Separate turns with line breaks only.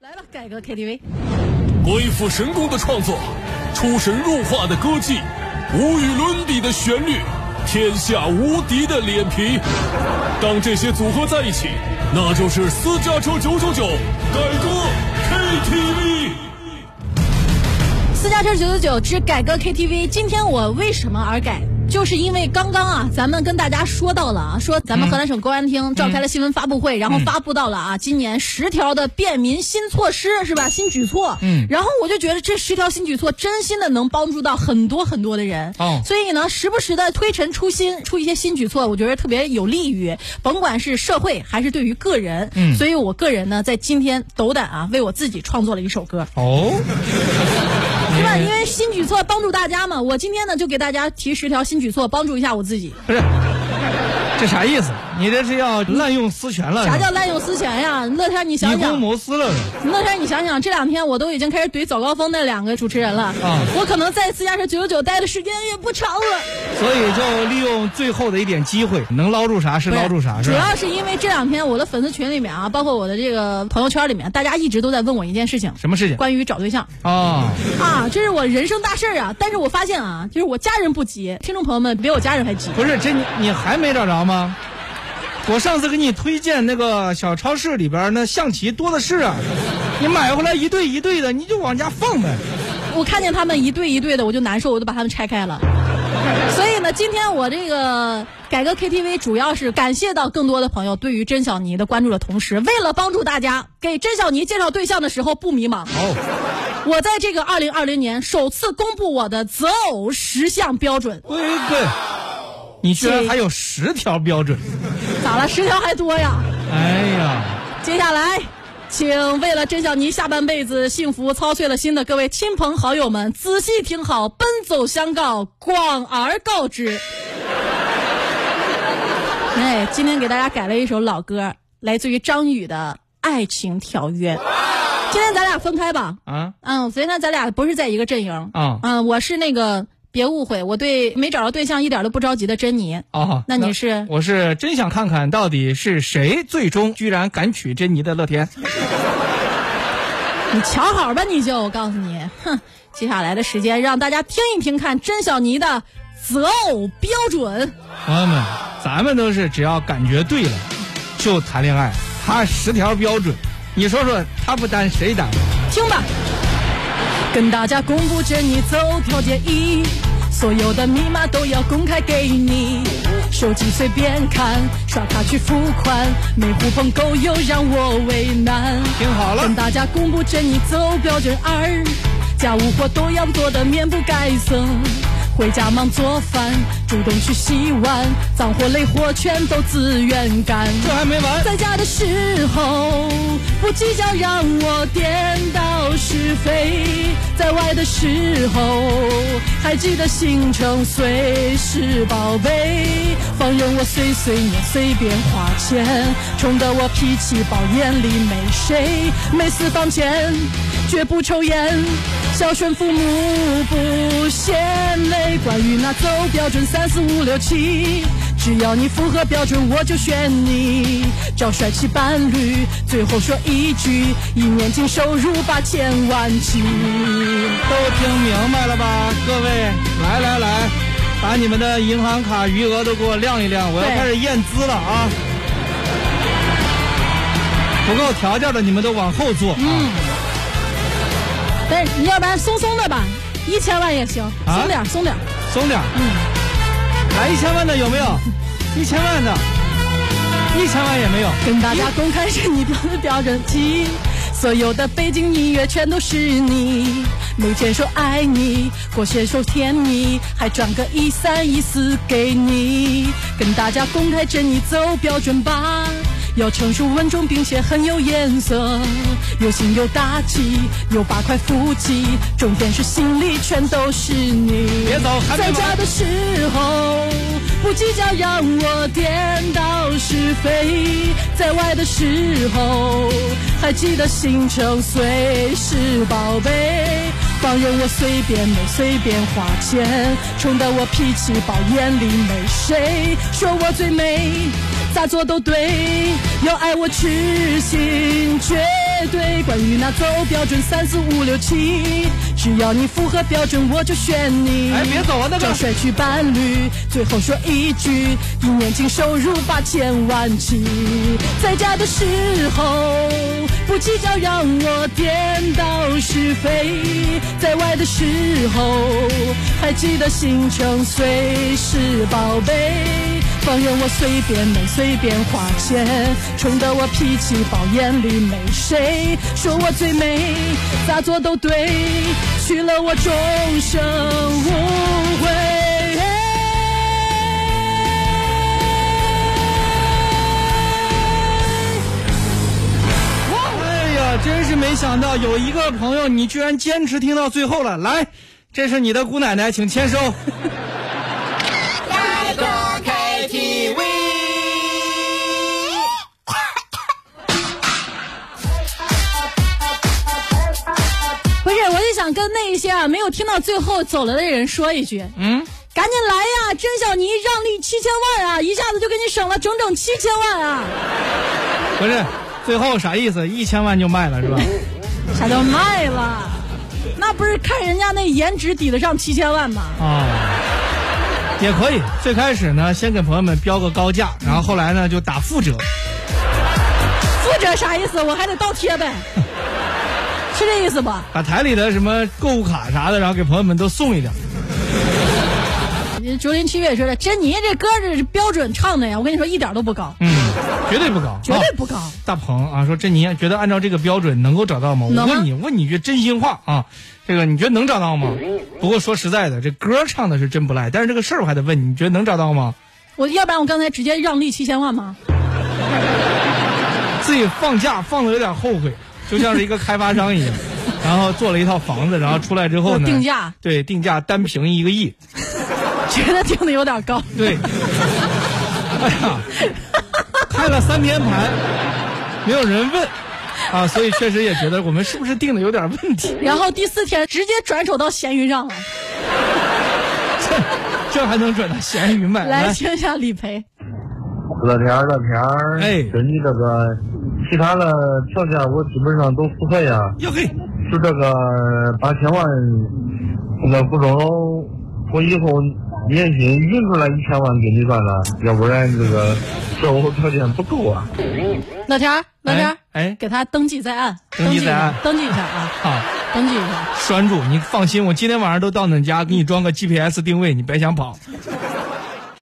来吧，改个 KTV。
鬼斧神工的创作，出神入化的歌技，无与伦比的旋律，天下无敌的脸皮。当这些组合在一起，那就是私家车九九九改歌 KTV。
私家车九九九之改革 KTV，今天我为什么而改？就是因为刚刚啊，咱们跟大家说到了啊，说咱们河南省公安厅召开了新闻发布会，然后发布到了啊，今年十条的便民新措施是吧？新举措，嗯，然后我就觉得这十条新举措真心的能帮助到很多很多的人，
哦
所以呢，时不时的推陈出新，出一些新举措，我觉得特别有利于甭管是社会还是对于个人，嗯，所以我个人呢，在今天斗胆啊，为我自己创作了一首歌，
哦，
是吧？因为新举措帮助大家嘛，我今天呢就给大家提十条新举措，帮助一下我自己。
不是，这啥意思？你这是要滥用私权了？
啥
是吧
叫滥用私权呀？乐天，你想
以哎公
想，
谋私了？是吧
乐天，你想想，这两天我都已经开始怼早高峰那两个主持人了。
啊
我可能在私家车九九九待的时间也不长了。
所以就利用最后的一点机会，能捞住啥是捞住啥，是
主
吧？
要是因为这两天我的粉丝群里面啊，包括我的这个朋友圈里面，大家一直都在问我一件事情，
什么事情？
关于找对象
啊，
啊，这是我人生大事儿啊。但是我发现啊，就是我家人不急，听众朋友们比我家人还急。
不是，这你你还没找着吗？我上次给你推荐那个小超市里边那象棋多的是啊，你买回来一对一对的，你就往家放呗。
我看见他们一对一对的，我就难受，我就把他们拆开了。所以呢，今天我这个改革 KTV 主要是感谢到更多的朋友对于甄小妮的关注的同时，为了帮助大家给甄小妮介绍对象的时候不迷茫，
哦，
我在这个二零二零年首次公布我的择偶十项标准，
对对，你居然还有十条标准，
咋了？十条还多呀？
哎呀，
接下来，请为了甄小妮下半辈子幸福操碎了心的各位亲朋好友们仔细听好，奔走相告，广而告之。哎，今天给大家改了一首老歌，来自于张宇的《爱情条约》。今天咱俩分开吧。
啊，
嗯，昨天咱俩不是在一个阵营。
啊
嗯，我是那个，别误会，我对没找着对象一点都不着急的珍妮。
哦，
那你是
我是真想看看到底是谁最终居然敢娶珍妮的乐天。
你瞧好吧，你就我告诉你，哼，接下来的时间让大家听一听看甄小妮的择偶标准。
朋友们，咱们都是只要感觉对了就谈恋爱，他十条标准，你说说他不单谁单？
听吧。跟大家公布这你走条件一，所有的密码都要公开给你，手机随便看，刷卡去付款，每户朋狗又让我为难。
听好了
跟大家公布这你走标准二，家务活都要做得面不改色。回家忙做饭，主动去洗碗，脏活累活全都自愿干。
这还没完，
在家的时候，不计较让我颠倒是非；在外的时候，还记得行程随时宝贝。放任我碎碎念，随便花钱，宠得我脾气暴，眼里没谁。没私房钱，绝不抽烟，孝顺父母不嫌累。关于那走标准三四五六七。只要你符合标准，我就选你。找帅气伴侣，最后说一句：一年净收入八千万起。
都听明白了吧？各位，来来来，把你们的银行卡余额都给我亮一亮，我要
对
开始验资了啊！不够调教的你们都往后坐啊！
嗯但是你要不然松松的吧，一千万也行，
啊
松点儿松点儿。
松点儿，来一千万的有没有？ 一千万的，一千万也没有。
跟大家公开是你标的标准题，所有的背景音乐全都是你。每天说爱你，过些说甜蜜，还转个一三一四给你。跟大家公开真你走标准吧，要成熟稳重并且很有颜色，有型有大气，有八块腹肌，重点是心里全都是你。
别走还没
在
完
家的时候，不计较让我颠倒是非；在外的时候，还记得行程随时宝贝。放任我随便美，随便花钱，宠得我脾气暴，眼里没谁。说我最美，咋做都对，要爱我痴心绝对，关于那走标准三四五六七，只要你符合标准，我就选你。
哎别走啊那个
找帅去伴侣，最后说一句，一年净收入八千万起，在家的时候不计较让我颠倒是非，在外的时候还记得心诚随时宝贝。放任我随便美，随便花钱，宠得我脾气暴，眼里没谁。说我最美，咋做都对，娶了我终生无悔。
哎呀，真是没想到，有一个朋友你居然坚持听到最后了。来，这是你的姑奶奶，请签 收。
不是，我就想跟那些啊没有听到最后走了的人说一句，嗯，赶紧来呀！甄小妮让利七千万啊，一下子就给你省了整整七千万啊！
不是，最后啥意思？一千万就卖了是吧？
啥叫卖了？那不是看人家那颜值抵得上七千万吗？
啊，也可以。最开始呢，先给朋友们标个高价，然后后来呢就打负折。
负责啥意思？我还得倒贴呗，是这意思不？
把台里的什么购物卡啥的，然后给朋友们都送一点。
竹林七月说的，珍妮这歌这是标准唱的呀，我跟你说一点都不高，
嗯，绝对不高，
绝对
啊
不高。
大鹏啊，说这你觉得按照这个标准能够找到吗？我
能啊
问你，问你一句真心话啊，这个你觉得能找到吗？
嗯
不过说实在的，这歌唱的是真不赖，但是这个事儿我还得问你，你觉得能找到吗？
我要不然我刚才直接让利七千万吗？
自己放假放的有点后悔，就像是一个开发商 一样，然后做了一套房子，然后出来之后呢，
哦定价
对定价单平一个亿，
觉得定的有点高。
对，哎呀，开了三天盘，没有人问啊，所以确实也觉得我们是不是定的有点问题。
然后第四天直接转手到闲鱼上了，
这还能转到闲鱼卖？
来听一下理赔。
乐天儿乐天儿，
哎
给你这个其他的条件我基本上都符合呀，
哟嘿，
就这个八千万，那不中，我以后年薪匀出来一千万给你赚了，要不然这个这我条件不够啊。
乐天儿，乐天儿，
哎哎
给他登记在案，
登记在案
登记一下啊，
好，
登记一下。
栓主，你放心，我今天晚上都到你家，给你装个 GPS 定位，你别想跑。